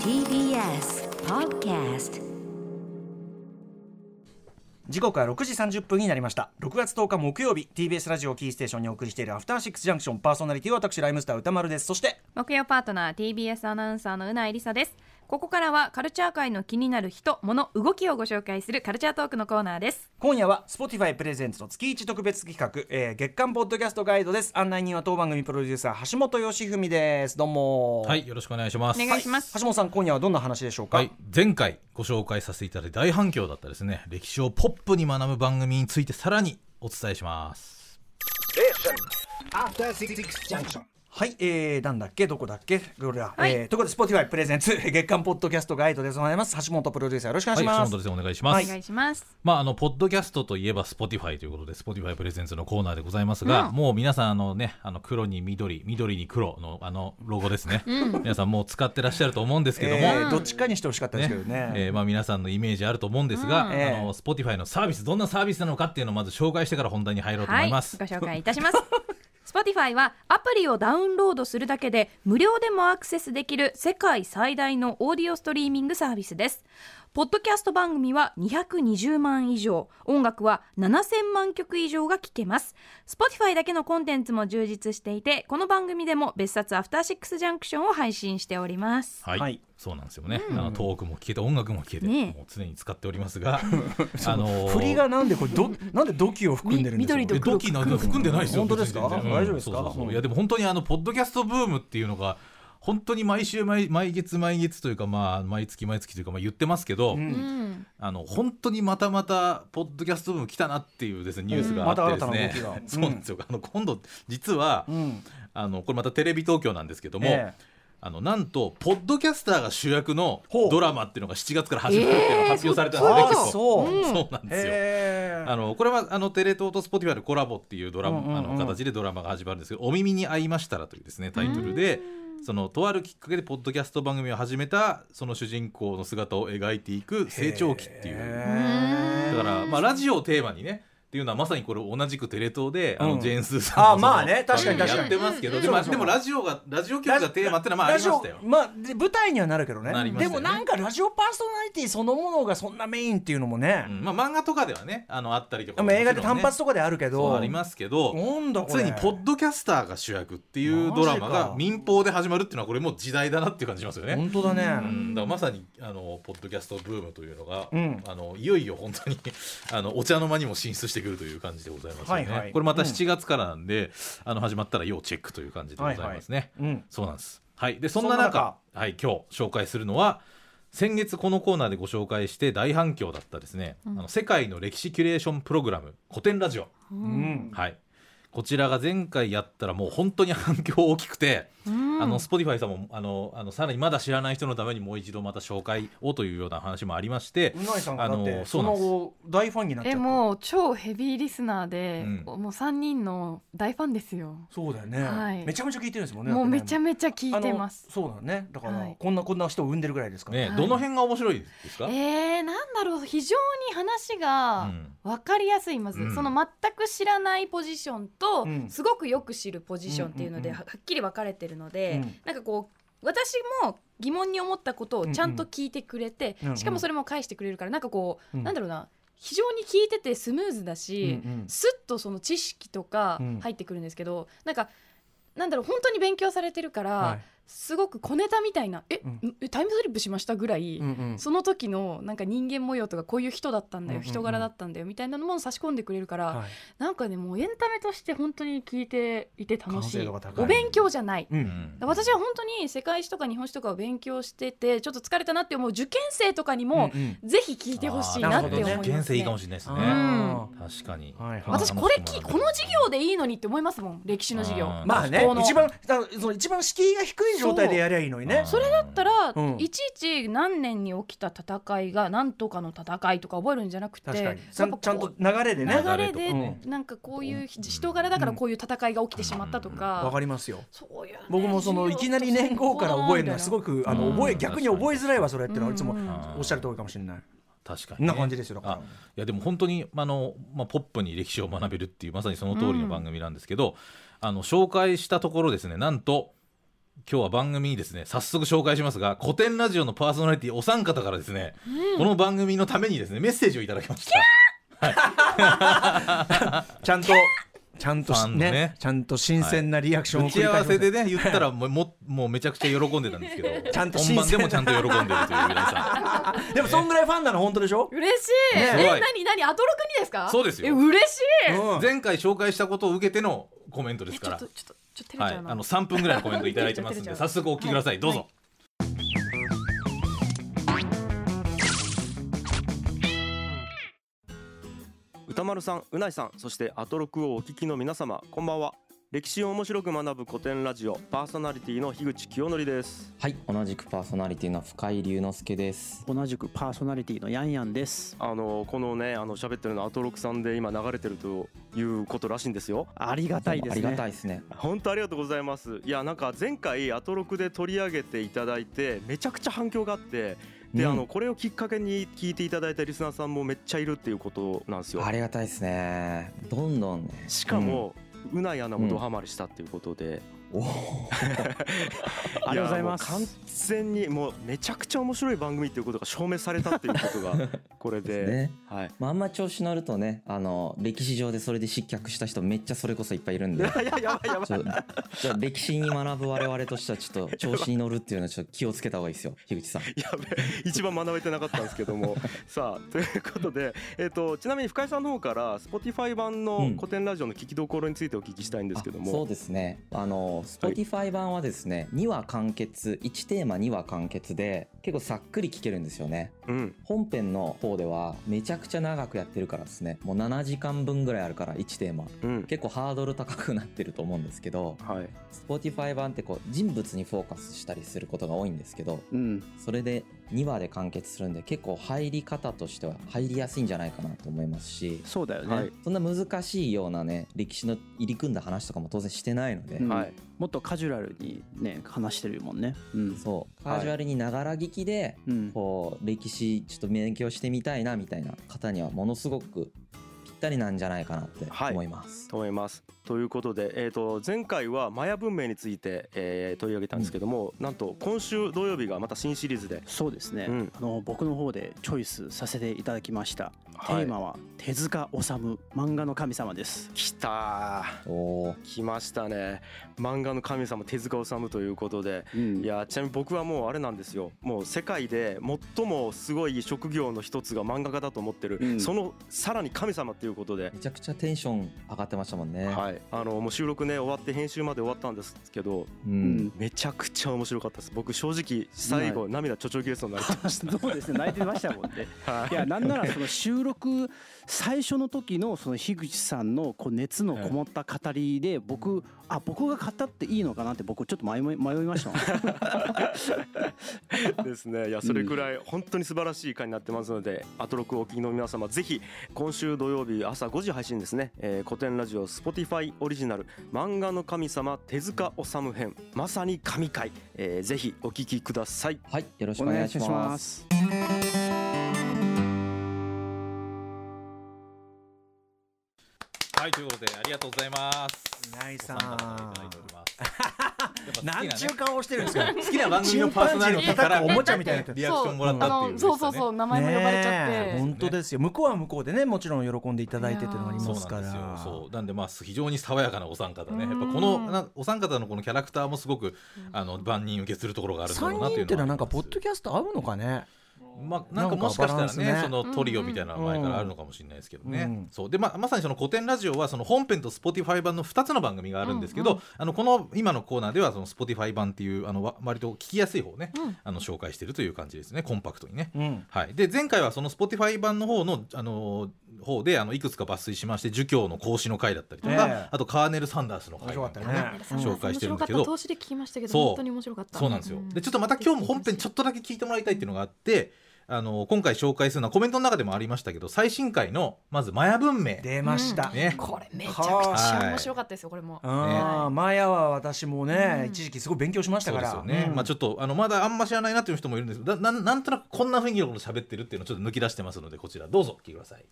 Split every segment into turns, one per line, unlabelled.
TBS Podcast
時刻は6時30分になりました6月10日木曜日 TBS ラジオをキーステーションにお送りしているアフターシックスジャンクションパーソナリティは私ライムスター歌丸ですそして
木曜パートナー TBS アナウンサーのうないりさですここからはカルチャー界の気になる人物動きをご紹介するカルチャートークのコーナーです
今夜は Spotify プレゼンツの月1特別企画、えー月間ポッドキャストガイドです案内人は当番組プロデューサー橋本義文ですどうも
はい、よろしくお願いします。
お願いします、
橋本さん今夜はどんな話でしょうか、
はい、前回ご紹介させていただいた大反響だったですね、歴史をポップに学ぶ番組についてさらにお伝えします。
After Six Junction.
はい、えー、なんだっけ、どこだっけ、これは、
はい
えーということで、Spotify プレゼンツ、 月間ポッドキャストガイドでございます。橋本プロデューサー、よろしくお願いし
はい、橋
ます。
本です。お願いします。
お願いします
まあ、あの、ポッドキャストといえば Spotify ということで、Spotify プレゼンツのコーナーでございますが、もう皆さん、あのね、あの、黒に緑、緑に黒の、あの、ロゴですね。皆さんもう使ってらっしゃると思うんですけども、
えーどっちかにしてほしかったですけどね。
えーまあ、皆さんのイメージあると思うんですが、
ええ
あの Spotify のサービスどんなサービスなのかっていうのをまず紹介してから本題に入ろうと思
はい
い
ご
ます。
紹介いたします Spotify はアプリをダウンロードするだけで無料でもアクセスできる世界最大のオーディオストリーミングサービスですポッドキャスト番組は220万以上音楽は7000万曲以上が聴けます Spotify だけのコンテンツも充実していてこの番組でも別冊アフターシックスジャンクションを配信しております
はい、
はい
そうなんですよね、あのトークも聞けて音楽も聞けて、
ねえ
もう常に使っておりま すがあのー
振りがなんでこれ どなんで土器を含んでるんですか。
み緑
えドキの含んでないですよ
本当ですか
別に全然
大丈夫ですか
うんそうそうそう
うん
いやでも本当にあのポッドキャストブームっていうのが本当に毎週毎毎月毎月というかまあ毎月毎月というかまあ言ってますけど、
うん
あの本当にまたまたポッドキャストブーム来たなっていうですねニュースがあってで
ま
すね、
た新たな動きがうん
そうなんですよ、あの今度実は、
うん。
あのこれまたテレビ東京なんですけども、
ええ
あのなんとポッドキャスターが主役の
ほう
ドラマっていうのが7月から始まるっていうのが発表されたんですね、
ああ
結構
そう。へ
そうなんですよ。
え
あのこれはあのテレ東と Spotify のコラボっていうドラマ、
うんうんうん
あの形でドラマが始まるんですけど「お耳に合いましたら」というですねタイトルでそのとあるきっかけでポッドキャスト番組を始めたその主人公の姿を描いていく成長期っていう
へ
だ
え
から、まあ、ラジオをテーマにねっていうのはまさにこれ同じくテレ東で、
う
あ
ん
のジェーン・スーさんの
あまあね確かに
番組
確かに
やってますけど、
うん
でも
そうそう
でもラジオがラジオ局がテーマってのはまああ
ラ
り
ジ
ま
オ
したよ。
まあで舞台にはなるけどね
なりまし
で
た
も
よね
なんかラジオパーソナリティそのものがそんなメインっていうのもね、
うんまあ、漫画とかではねあのあったりとか
で
も
も映画で単発
と
とかであるけど、
ありますけど
なんだこ
つ
れ
いにポッドキャスターが主役っていうドラマ
マジか
が民放で始まるっていうのはこれもう時代だなっていう感じしますよね。
本当だね、
うん、だからまさにあのポッドキャストブームというのが、
うん
あのいよいよ本当に あのお茶の間にも進出してくるという感じでございますよね。
はいはい
これまた
うん
7月からなんで、あの始まったら要チェックという感じでございますね。
うん
そうなんです。はい、でそん
そ
なん
な中
中、はい、今日紹介するのは先月このコーナーでご紹介して大反響だったですね、あの世界の歴史キュレーションプログラム古典ラジオ、
うん
はい、こちらが前回やったらもう本当に反響大きくて、あの Spotify さんもあのあのさらにまだ知らない人のためにもう一度また紹介をというような話もありまして
うないさんがだっ
あ
て
の
そ
そうなん
の
です
後大ファンになっちゃっ
え
た
もう超ヘビーリスナーで、も
う
う3人の大ファンですよ
そうだよね、
はい
めちゃめちゃ聞いてるんですもんね
もうめ
ゃ
ちゃめちゃ聞いてます
そうだねだから、
はい
こんなこんな人を産んでるぐらいですから、
ね、
はい
どの辺が面白いですか、
えー、なんだろう非常に話
う
が
ん
分かりやすいまず、
うん
その全く知らないポジションと、
うん
すごくよく知るポジションっていうので、
うんうん
ははっきり分かれてるので、
うん
なんかこう私も疑問に思ったことをちゃんと聞いてくれて、
うんうん
しかもそれも返してくれるからなんかこう、
うん
なんだろうな非常に聞いててスムーズだし、
うんうん
すっとその知識とか
うん
入ってくるんですけど、なんかなんだろう本当に勉強されてるから、
はい
すごく小ネタみたいな「え、
うん
んえタイムスリップしました」ぐらい、
うんうん
その時のなんか人間模様とかこういう人だったんだよ、
うんうんうん
人柄だったんだよみたいなのも差し込んでくれるから、
はい
なんかねもうエンタメとして本当に聞いていて楽し
完成
い
度が高い
お勉強じゃない。
う
うんん
私は本当に世界史とか日本史とかを勉強しててちょっと疲れたなって思う受験生とかにも、
うんうん
ぜひ聞いてほしいなって思います、
受験生いいかも
し
しれないですね。
あー
確かに、
はいはい
私これきこの授業でいいのにって思いますもん歴史の授業。
うん
まあね
学校の
一番だからその一番敷居が低い状態でやりゃいいのにね
それだったら、
うん
いちいち何年に起きた戦いが何とかの戦いとか覚えるんじゃなくて
確かにちゃ
やっ
ん
ぱこう
ちゃんと流れでね
流れで、
うん
なんかこういう人柄だからこういう戦いが起きてしまったとか,、
わかりますよ
そういうね、
僕もそのいきなり年号から覚えるのはすご
く
くあの
うん
覚え逆に覚えづらいわそれってのはいつも
うん
おっしゃる通りかもしれない
確か
こ
に、
ん
ね、
な感じですよだから
あいやでも本当にあの、まあ、ポップに歴史を学べるっていうまさにその通りの番組なんですけど、あの紹介したところですねなんと今日は番組にですね早速紹介しますが古典ラジオのパーソナリティお三方からですね、この番組のためにですねメッセージをいただきました
ちゃんとちゃんとし
ファンの
ね
ね
ちゃんと新鮮なリアクションを
打
送り
ち合
たい
わ
と思
せ
います
でね言ったらもうももうめちゃくちゃ喜んでたんですけど
ちゃんと
本
新
番
鮮
でもちゃんと喜んでるという皆さん
でもそんぐらいファンなの本当でしょ、
嬉しい。
ねすごい
え、なになに、アトロクにですか。
そうですよ
え、嬉しい。
うん
前回紹介したことを受けてのコメントで
え
す
ち
か
ょっ
ら
と、ちょっと、ちょっと照れ
は
ち
い
ゃう、な。
あの3分ぐらいのコメントいただいてますんで早速お聞きくださいどうぞ、
歌丸さん、うないさん、そしてアトロクをお聞きの皆様、こんばんは。歴史を面白く学ぶ古典ラジオパーソナリティの樋口清則です。
はい、同じくパーソナリティの深井龍之介です。
同じくパーソナリティのヤンヤンです
あのこのねあの喋ってるのアトロクさんで今流れてるということらしいんですよ。
ありがたいですね
どうもありがたいですね。
本当ありがとうございます。いやなんか前回アトロクで取り上げていただいてめちゃくちゃ反響があって。で、
うん
あのこれをきっかけに聞いていただいたリスナーさんもめっちゃいるっていうことなんですよ
あ。りがたいですね。どんどんね。
しかも、うないアナもドハマりしたっていうことで、
お
ありがとうございます
やもう完全にもうめちゃくちゃ面白い番組っていうことが証明されたっていうことがこれで
ね。
はい
まあ、あんま調子乗るとね、あの歴史上でそれで失脚した人めっちゃそれこそいっぱいいるん
い
で。
やいややばいやばい
ちょじゃあ歴史に学ぶ我々としてはちょっと調子に乗るっていうのはちょっと気をつけた方がいいですよ樋口さん
やべえ一番学べてなかったんですけども さあということで、えー、とちなみに深井さんの方から Spotify 版
う
の
ん
古典ラジオの聞きどころについてお聞きしたいんですけど
あそう
も、
ですねあの Spotify 版はですね、2話完結1テーマ2話完結で結構さっくり聞けるんですよね
うん、
本編の方ではめちゃくちゃ長くやってるからですねもう7時間分ぐらいあるから1テーマ
うん
結構ハードル高くなってると思うんですけど
はい、
Spotify 版ってこう人物にフォーカスしたりすることが多いんですけど
うん
それで2話で完結するんで結構入り方としては入りやすいんじゃないかなと思いますし
そうだよね、
はい
そんな難しいようなね歴史の入り組んだ話とかも当然してないので、
うん
はい
もっとカジュアルにね話してるもんねうん
そう
はい
カジュアルにながら聞きで
うん
こう歴史ちょっと勉強してみたいなみたいな方にはものすごくぴったりなんじゃないかなって
はい
思います。
と思います。ということで、えー、と前回はマヤ文明について、えー取り上げたんですけども、なんと今週土曜日がまた新シリーズで、
そうですね、
うん
あの僕の方でチョイスさせていただきました、
はい
テーマは手塚治虫漫画の神様です
来たー
おー
来ましたね漫画の神様手塚治虫ということで
うん
いやちなみに僕はもうあれなんですよもう世界で最もすごい職業の一つが漫画家だと思ってる、
うん
そのさらに神様っていうことで
め、ちゃくちゃテンション上がってましたもんね。
はい、あのもう収録ね終わって編集まで終わったんですけど
う
うんん、
めちゃくちゃ面白かったです僕正直最後涙ちょちょぎれそうになりました、
そうですね泣いてましたもんね
はい
いやなんならその収録最初の時のその樋口さんのこう熱のこもった語りで僕あ僕が語っていいのかなって僕ちょっと迷い迷いましたもん
ですね。いやそれくらい本当に素晴らしい回になってますので、アトロクをお聞きの皆様ぜひ今週土曜日朝5時配信ですね。えー、古典ラジオ Spotify オリジナル漫画の神様手塚治虫編まさに神回、えー、ぜひお聞きください。
はい、よろしく
お
お願
願い
いし
し
ま。
ますす
はいということでありがとうございます
ナイスさん
お三方いただいておりますやっ ぱ好きな
な
ね
んちゅう顔してるんですか
好きな番組のパーソナリティから
チンパンジーの叩くおもちゃみたいになって
る
リアクションもらったっていう、ね、
そうそうそう、名前も呼ばれちゃって。
ねえ本当ですよ向こうは向こうでねもちろん喜んでいただいてっていうのもあり
そ
ま
う
すか
なんですよ
ら
そうなんでまあ非常に爽やかなお三方ねやっぱこのなお三方のこのキャラクターもすごくあの万人受けするところがあるんだろ
3
うなって
人
い
っ
う
ていうのはなん
の
かポッドキャスト合うのかね
まあ、なんかもしかした
なん
ら
かバ
ね
ランスね
そのトリオみたいなのは前からあるのかもしれないですけど
う
ね、
んうん
そうでまあ、まさにその古典ラジオはその本編と Spotify 版の2つの番組があるんですけど、あのこの今のコーナーではその Spotify 版っていうあのわ割と聞きやすい方をね、あの紹介してるという感じですねコンパクトにね。
うん
はい、で前回はその Spotify 版の方の、あのー方であのいくつか抜粋しまして儒教の孔子の回だったりとか、
ええ
あとカーネル・サンダースの回
面白かったね
うん
紹介してるんですけ
面
ど
白かった投資で聞きましたけど、
そう
本当に面白かった。
そうなんですよ。でちょっとまた今日も本編ちょっとだけ聞いてもらいたいっていうのがあって。あの今回紹介するのはコメントの中でもありましたけど最新回のまずマヤ文明
出ました、
ね
これめちゃくち
は
ゃ
い
面白かったですよ、これも。
ああ、マヤは私もね、一時期すごい勉強しました
そ
か
うで
ら
すよね、まあちょっとあのまだあんま知らないなっていう人もいるんですけどだなんなんとなくこんな雰囲気のこと喋ってるっていうのをちょっと抜き出してますのでこちらどうぞお聞きください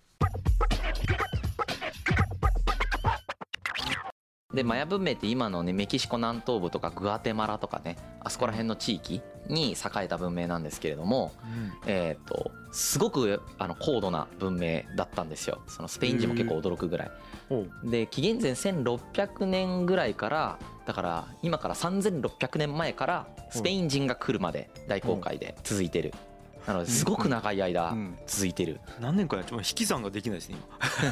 でマヤ文明って今のねメキシコ南東部とかグアテマラとかねあそこら辺の地域に栄えた文明なんですけれども、えー、とすごくあの高度な文明だったんですよそのスペイン人も結構驚くぐらい。で紀元前1600年ぐらいからだから今から3600年前からスペイン人が来るまで大航海で続いてる。なのですごく長い間続いてる、
何年かやっても引き算ができないですね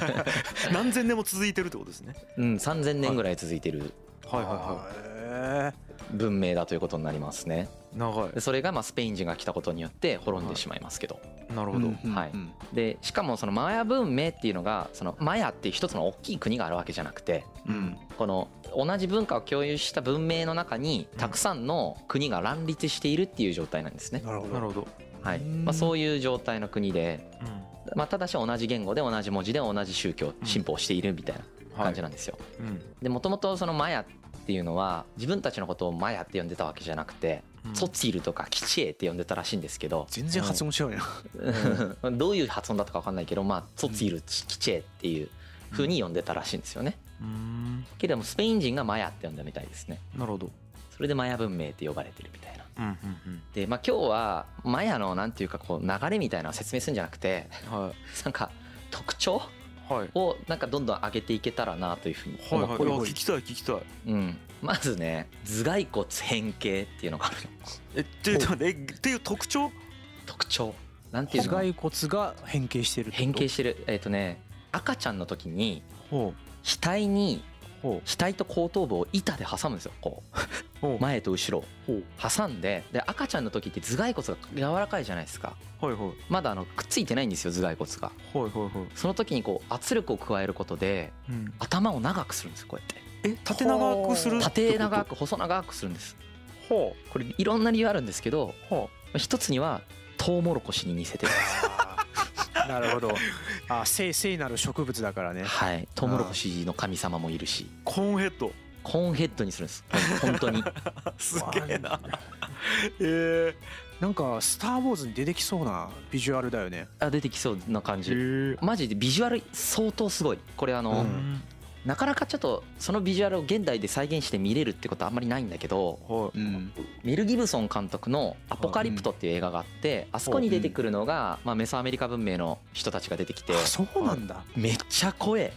今何千年も続いてるってことですね
うん、3000年ぐらい続いてる
はいはいはい
文明だということになりますね
長
いそれがまあスペイン人が来たことによって滅んでしまいますけど、
なるほど
はい、でしかもそのマヤ文明っていうのがそのマヤっていう一つの大きい国があるわけじゃなくて
うん
この同じ文化を共有した文明の中にたくさんの国が乱立しているっていう状態なんですね。
なるほどなるほど
はいまあ、そういう状態の国で、まあ、ただし同じ言語で同じ文字で同じ宗教信奉しているみたいな感じなんですよ。
うん
でもともとそのマヤっていうのは自分たちのことをマヤって呼んでたわけじゃなくて、ツォツィルとかキチエって呼んでたらしいんですけど
全然発音違うよ
どういう発音だったか分かんないけど、まあ、ツォツィル、キチェっていう風に呼んでたらしいんですよね。
うん
けれどもスペイン人がマヤって呼んだみたいですね。
なるほど
それでマヤ文明って呼ばれてるみたいな。
うんうん
で、まあ、今日はマヤのなんていうかこう流れみたいなのを説明するんじゃなくて、なんか特徴をなんかどんどん上げていけたらなというふうに
うんはい
思
はい
って
いや
ま
聞
す。
きたい聞きたい
うん、まずね頭蓋骨変形っていうのがあるの。
えっていうとえっていう特徴
特徴なんていうの
頭蓋骨が変形してるってこと
変形してるえっ、とね赤ちゃんの時に額に額と後頭部を板で挟むんですよこう前と後ろを挟んでで赤ちゃんの時って頭蓋骨が柔らかいじゃないですかまだあのくっついてないんですよ頭蓋骨がその時にこう圧力を加えることで
うん
頭を長くするんですよこうやって
え縦長くするってこと
縦長く細長くするんです
ほ
これいろんな理由あるんですけど一つにはトウモロコシに似せてるんです
なるほど。あ、聖聖なる植物だからね。
はい、トウモロコシの神様もいるし
コーンヘッド
コーンヘッドにするんです本 当に
すげえな
ええなんかスターウォーズに出てきそうなビジュアルだよね。
あ出てきそうな感じマジでビジュアル相当すごいこれあの、
うん
なかなかちょっとそのビジュアルを現代で再現して見れるってことはあんまりないんだけど、メル・ギブソン監督の「アポカリプト」っていう映画があってあそこに出てくるのが、まあ、メソアメリカ文明の人たちが出てきて
そうなんだ。
めっちゃ怖え。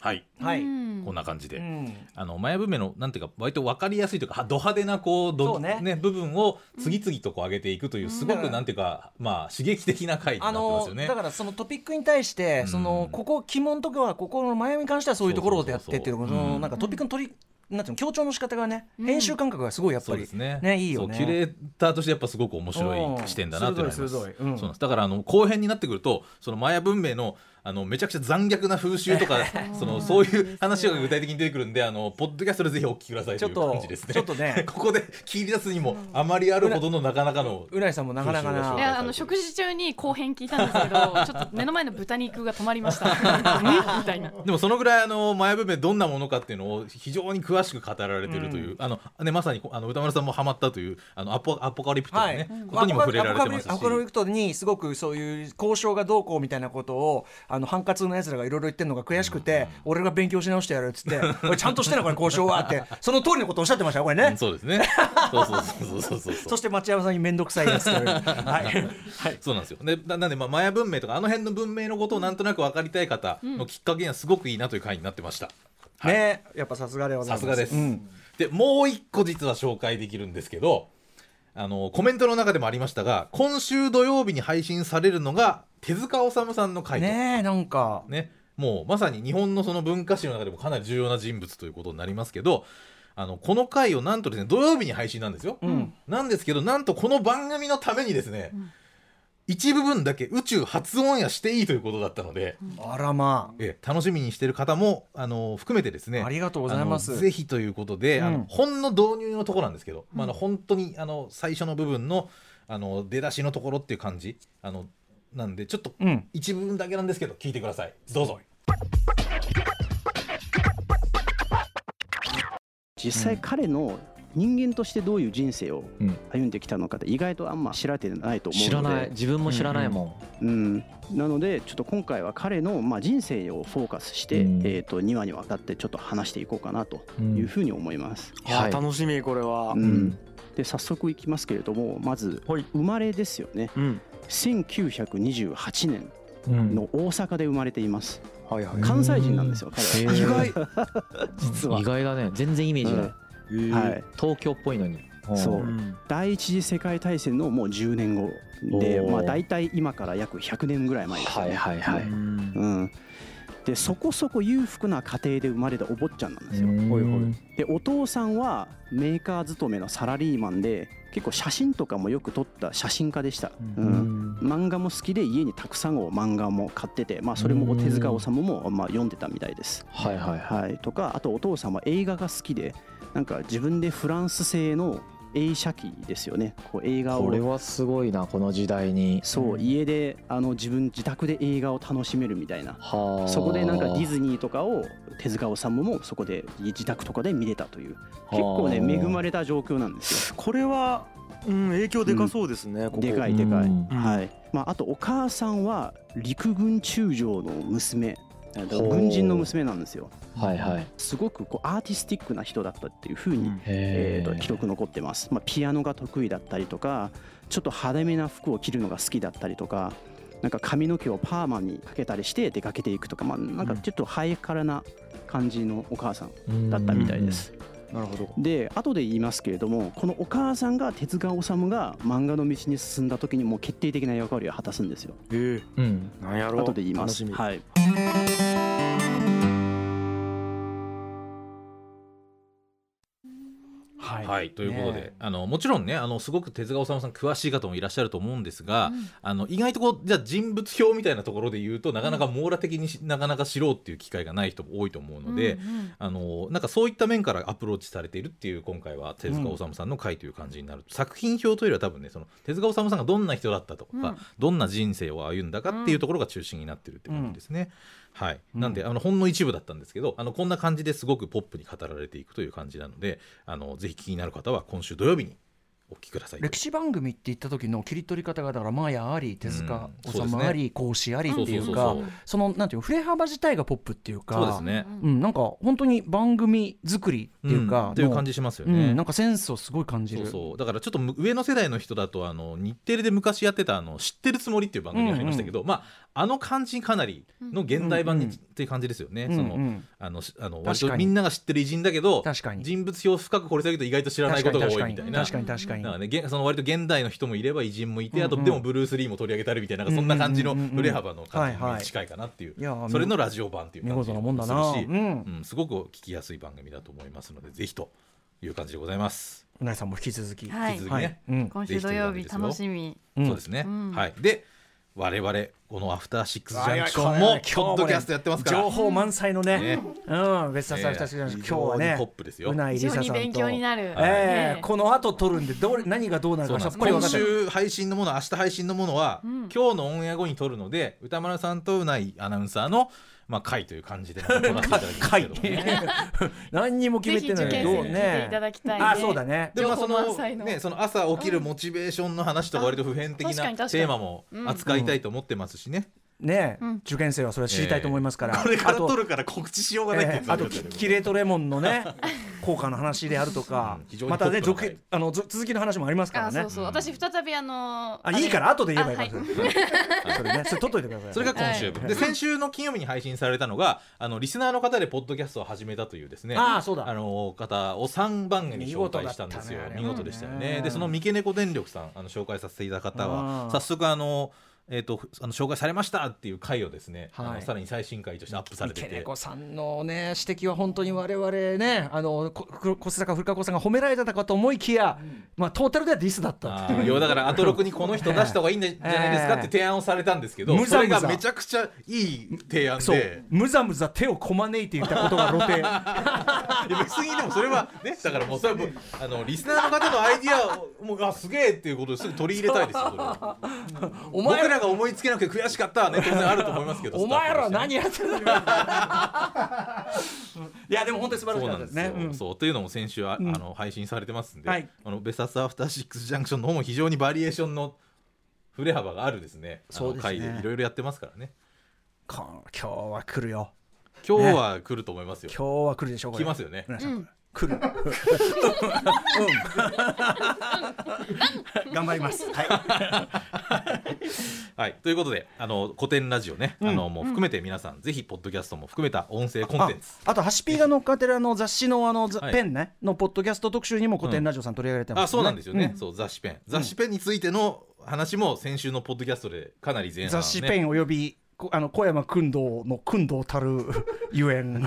はい、
はい
うんこんな感じで、
ん
あのマヤ文明のなんていうか割と分かりやすいというかはド派手なこう
そう
ど
ね
ね部分を次々とこう上げていくというすご
う
く
ん
なんていうか、まあ刺激的な回にな
あ
ってます
の
よね
だ。からそのトピックに対して、そのここ鬼門とかはここのマヤに関してはそういうところでやってっていう
そう
そ
そうそうう
の
ん
なんかトピックの取りなんていうの強調の仕方がね、編集感覚がすごいやっぱ
そうで
り
すね
いいよね
そうキュレーターとしてやっぱすごく面白
うん
い視点だなと思います
鋭い鋭い
そうなんですだからあの後編になってくるとそのマヤ文明のあのめちゃくちゃ残虐な風習とかそのそういう話が具体的に出てくるんであのポッドキャストでぜひお聞きくださいという感じですね。
ちょっとね
ここで切り出すにもあまりあるほどのなかなかの
うらいさんもなかなか
そう
ない
いうやあの食事中に後編聞いたんで すけどちょっと目の前の豚肉が止まりましたうんみたいな
でもそのぐらいあのマヤ文明どんなものかっていうのを非常に詳しく語られてるという、あのねまさにこあの歌丸さんもハマったというあのアポアポカリプトのね、ことにも触れられてますし
アコロリクトにすごくそういう交渉がどうこうみたいなことをあの反活のやつらがいろいろ言ってるのが悔しくて、俺が勉強し直してやるっつって「おいちゃんとしてんのこれ交渉は」ってその通りのことをおっしゃってましたよこれね。
そうですね。そうそうそうそうそ うそう。
そして町山さんに面倒くさいやつというはい、
そうなんですよ。でななんでまあマヤ文明とかあの辺の文明のことをなんとなく分かりたい方のきっかけにはすごくいいなという回になってました。
ねやっぱさすがでござい
さ
ます
すがです、
うん
でもう一個実は紹介できるんですけどあのコメントの中でもありましたが今週土曜日に配信されるのが手塚治虫さんの回と
ねえなんか
ねもうまさに日本のその文化史の中でもかなり重要な人物ということになりますけどあのこの回をなんとですね土曜日に配信なんですよ、なんですけどなんとこの番組のためにですね、一部分だけ宇宙発音やしていいということだったので、
あらま
あ、ええ楽しみにしてる方もあの含めてですね
ありがとうございます
あのぜひということで、あ
うん
のほんの導入のところなんですけど、まあ、あの本当にあの最初の部分のあの出だしのところっていう感じあのなんでちょっと
うん
一部分だけなんですけど聞いてくださいどうぞ。
実際彼の人間としてどういう人生を歩んできたのかって意外とあんま知られてないと思うので
知らない自分も知らないも
う
ん
ん、うんなのでちょっと今回は彼のまあ人生をフォーカスして、えー、と2話にわたってちょっと話していこうかなというふうに思います、
いや楽しみこれは、
うん、で早速いきますけれどもまず生まれですよね、1928年の大阪で生まれています、関西人なんですよ彼は
へ
実は
意外だね全然イメージない、
はい、
東京っぽいのに
そう
うん
第一次世界大戦のもう10年後で、
おー
まあ、大体今から約100年ぐらい前ですよね。はいはいはいうん、でそこそこ裕福な家庭で生まれたお坊ちゃんなんですよ。でお父さんはメーカー勤めのサラリーマンで結構写真とかもよく撮った写真家でした、うん漫画も好きで家にたくさんの漫画も買ってて、まあ、それも手塚治虫もまあ読んでたみたいです。
はいはい
はい、とかあとお父さんは映画が好きでなんか自分でフランス製の映写機ですよねこう映画を
これはすごいなこの時代に
そう、家であの自分自宅で映画を楽しめるみたいな
はあ
そこでなんかディズニーとかを手塚治虫もそこで自宅とかで見れたという結構ね
はあ
恵まれた状況なんですよ。
これは、うん、影響でかそうですね、ここ
でかいでかい、
うん
はいまあ、あとお母さんは陸軍中将の娘えっと
ほう
軍人の娘なんですよ
はいはい
すごくこうアーティスティックな人だったっていうふうに、
へ
え
ー
ーと記録残ってます、まあ、ピアノが得意だったりとかちょっと派手めな服を着るのが好きだったりとかなんか髪の毛をパーマにかけたりして出かけていくとか、まあ、なんかちょっとハイカラな感じのお母さんだったみたいです。
なるほど
で後で言いますけれどもこのお母さんが手塚治虫が漫画の道に進んだ時にもう決定的な役割を果たすんですよ。
え
えうん
なんやろう
後で言います
楽しみ
はい
はい、ということで、あのもちろんねあのすごく手塚治虫さん詳しい方もいらっしゃると思うんですが、あの意外とこうじゃあ人物表みたいなところで言うとなかなか網羅的にしなかなか知ろうっていう機会がない人も多いと思うので、
うんうん
あのなんかそういった面からアプローチされているっていう今回は手塚治虫さんの回という感じになる、作品表というよりは多分ねその手塚治虫さんがどんな人だったとか、
うん
どんな人生を歩んだかっていうところが中心になってるって感じですね。はい、なんであのほんの一部だったんですけどあのこんな感じですごくポップに語られていくという感じなのであのぜひ気になる方は今週土曜日にお聞きください。
歴史番組って言った時の切り取り方がだからマーヤあり手塚
うん
治
そうです
虫
ね
あり孔子ありっていう
そ
か
うそうそうそう
そのなんていうの振れ幅自体がポップっていうか
そうですね
うんなんか本当に番組作りっていうか
うんっていう感じしますよね
うんなんかセンスをすごい感じ
そう
る
そうだからちょっとむ上の世代の人だとあの日テレで昔やってたあの「知ってるつもり」っていう番組がありましたけど、まあ、あの感じにかなりの現代版に、
うんうん
っていう感じですよね。
うんうん
そのあのしあの割
確か
と
に
みんなが知ってる偉人だけど人物表を深く掘り下げると意外と知らないことが多いみたいな
確かに確かに確かに
なんかねげその割と現代の人もいれば偉人もいて、あと
うんうん
でもブルース・リーも取り上げたりみたいななんかそんな感じの振れ幅の感
うんうんうんうんはい
じ
はい
に近いかなっていう,、
いやー
それのラジオ版っていう
見
感じ
事なもんだな
もするし、
うん
うんすごく聞きやすい番組だと思いますのでぜひという感じでございます。
うなえさんも引き続き
引き続きね、
今週土曜日楽しみ
うんそうですね、
うん
はいで我々このアフターシックスジャンクション
はい
も
はいこれ
ポッドキャストやってますから
情報満載のね
ね
うん別冊さん
ね
二つ目の今日はね
非常にポップですよ
うないりささんと
非常に勉強になるね
ええこの後撮るんでどれ何がどうなる
そう
か
なん
さ
で
っ
す
ぱり分か
今
んない
週配信のもの明日配信のものは、今日のオンエア後に撮るので歌丸さんとうないアナウンサーのまあ会という感じで撮らせていただきますけどもね
何にも決めてない
ぜひ受験生に聞いていただきたいね
あそうだね
でもまあそ
情報満載の
のねその朝起きるモチベーションの話と割と普遍的な
あ確か
テ
に確かに
ーマも扱いたいと思ってますしね。
ねえ、受験生はそれは知りたいと思いますから、
これから
あと
撮るから告知しようがないって
え
やつ
え
な
あ
んだ
と
けど
キキレートレモンの ね効果の話であるとか
非常に
またね
ポッ
続
プな回
きあのず続きの話もありますから
あ
ね
そうそう私再びあの
あいいから後で言えばいいから
あは
それねそれ取っといてください
それが今週分、
はい
で先週の金曜日に配信されたのがあのリスナーの方でポッドキャストを始めたというですね
ああそうだ
の方を3番組に紹介したんですよ見事,、でしたよねでその三毛猫電力さんあの紹介させていただいた方
あ
は
ー
早速あのえっ、とあの紹介されましたっていう回をですね、
はい
あのさらに最新回としてアップさ
三
れて
毛
て
猫さんのね指摘は本当に我々ねあのここ小須坂古川子さんが褒められたかと思いきや、まあトータルではディスだったっていう
要はだからアトロクにこの人出した方がいいんじゃないですかって提案をされたんですけど、
む
そ
ざむ
れ
ざ
がめちゃくちゃいい提案
そ
で
うむざむざ手をこまねいていたことが露呈
いや別にでもそれは ねだからもうそれはもうあのリスナーの方のアイディアをもうあすげえっていうことですぐ取り入れたいですよそれは
お前
僕らが思いつけなくて悔 しかったはね当然あると思いますけど
お前ら何やってんだいやでも本当に素晴らしかったですね
そうなんですよそうというのも先週あ、
うん
あの配信されてますんで、
はい
あのベサスアフターシックスジャンクションの方も非常にバリエーションの振れ幅があるですね。あの
そうですね
回でいろいろやってますからね。
こん今日は来るよ
今日は来ると思いますよ。
今日は来るでしょうこれ
来ますよね。
皆さん来るうん頑張りますはい
はい、ということで、あの古典ラジオね、あのもう含めて皆さん、ぜひポッドキャストも含めた音声コンテンツ。
ああとハシピーが乗っかってるあの雑誌のあのざ
はい
ペンねのポッドキャスト特集にも古典ラジオさん取り上げられてます
あ、そうなんですよね。
うん
そう、雑誌ペン、雑誌ペンについての話も先週のポッドキャストでかなり前半、ね。
雑誌ペンおよびこあの小山君堂の 君堂たるゆえ ん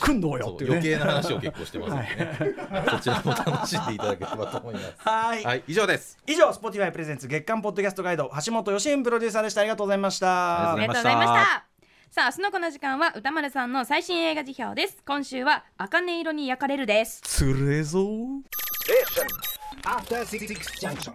君堂よっていう、ね、
余計な話を結構してますのでね、そちらも楽しんでいただければと思います。
はい
はい、以上です。
以上 Spotify プレゼンツ月間ポッドキャストガイド橋本義彦プロデューサーでしたありがとうございました
ありがとうございました。さあ明日のこの時間は歌丸さんの最新映画辞表です。今週は茜色に焼かれるです。
つれぞ
ー After Six Junction.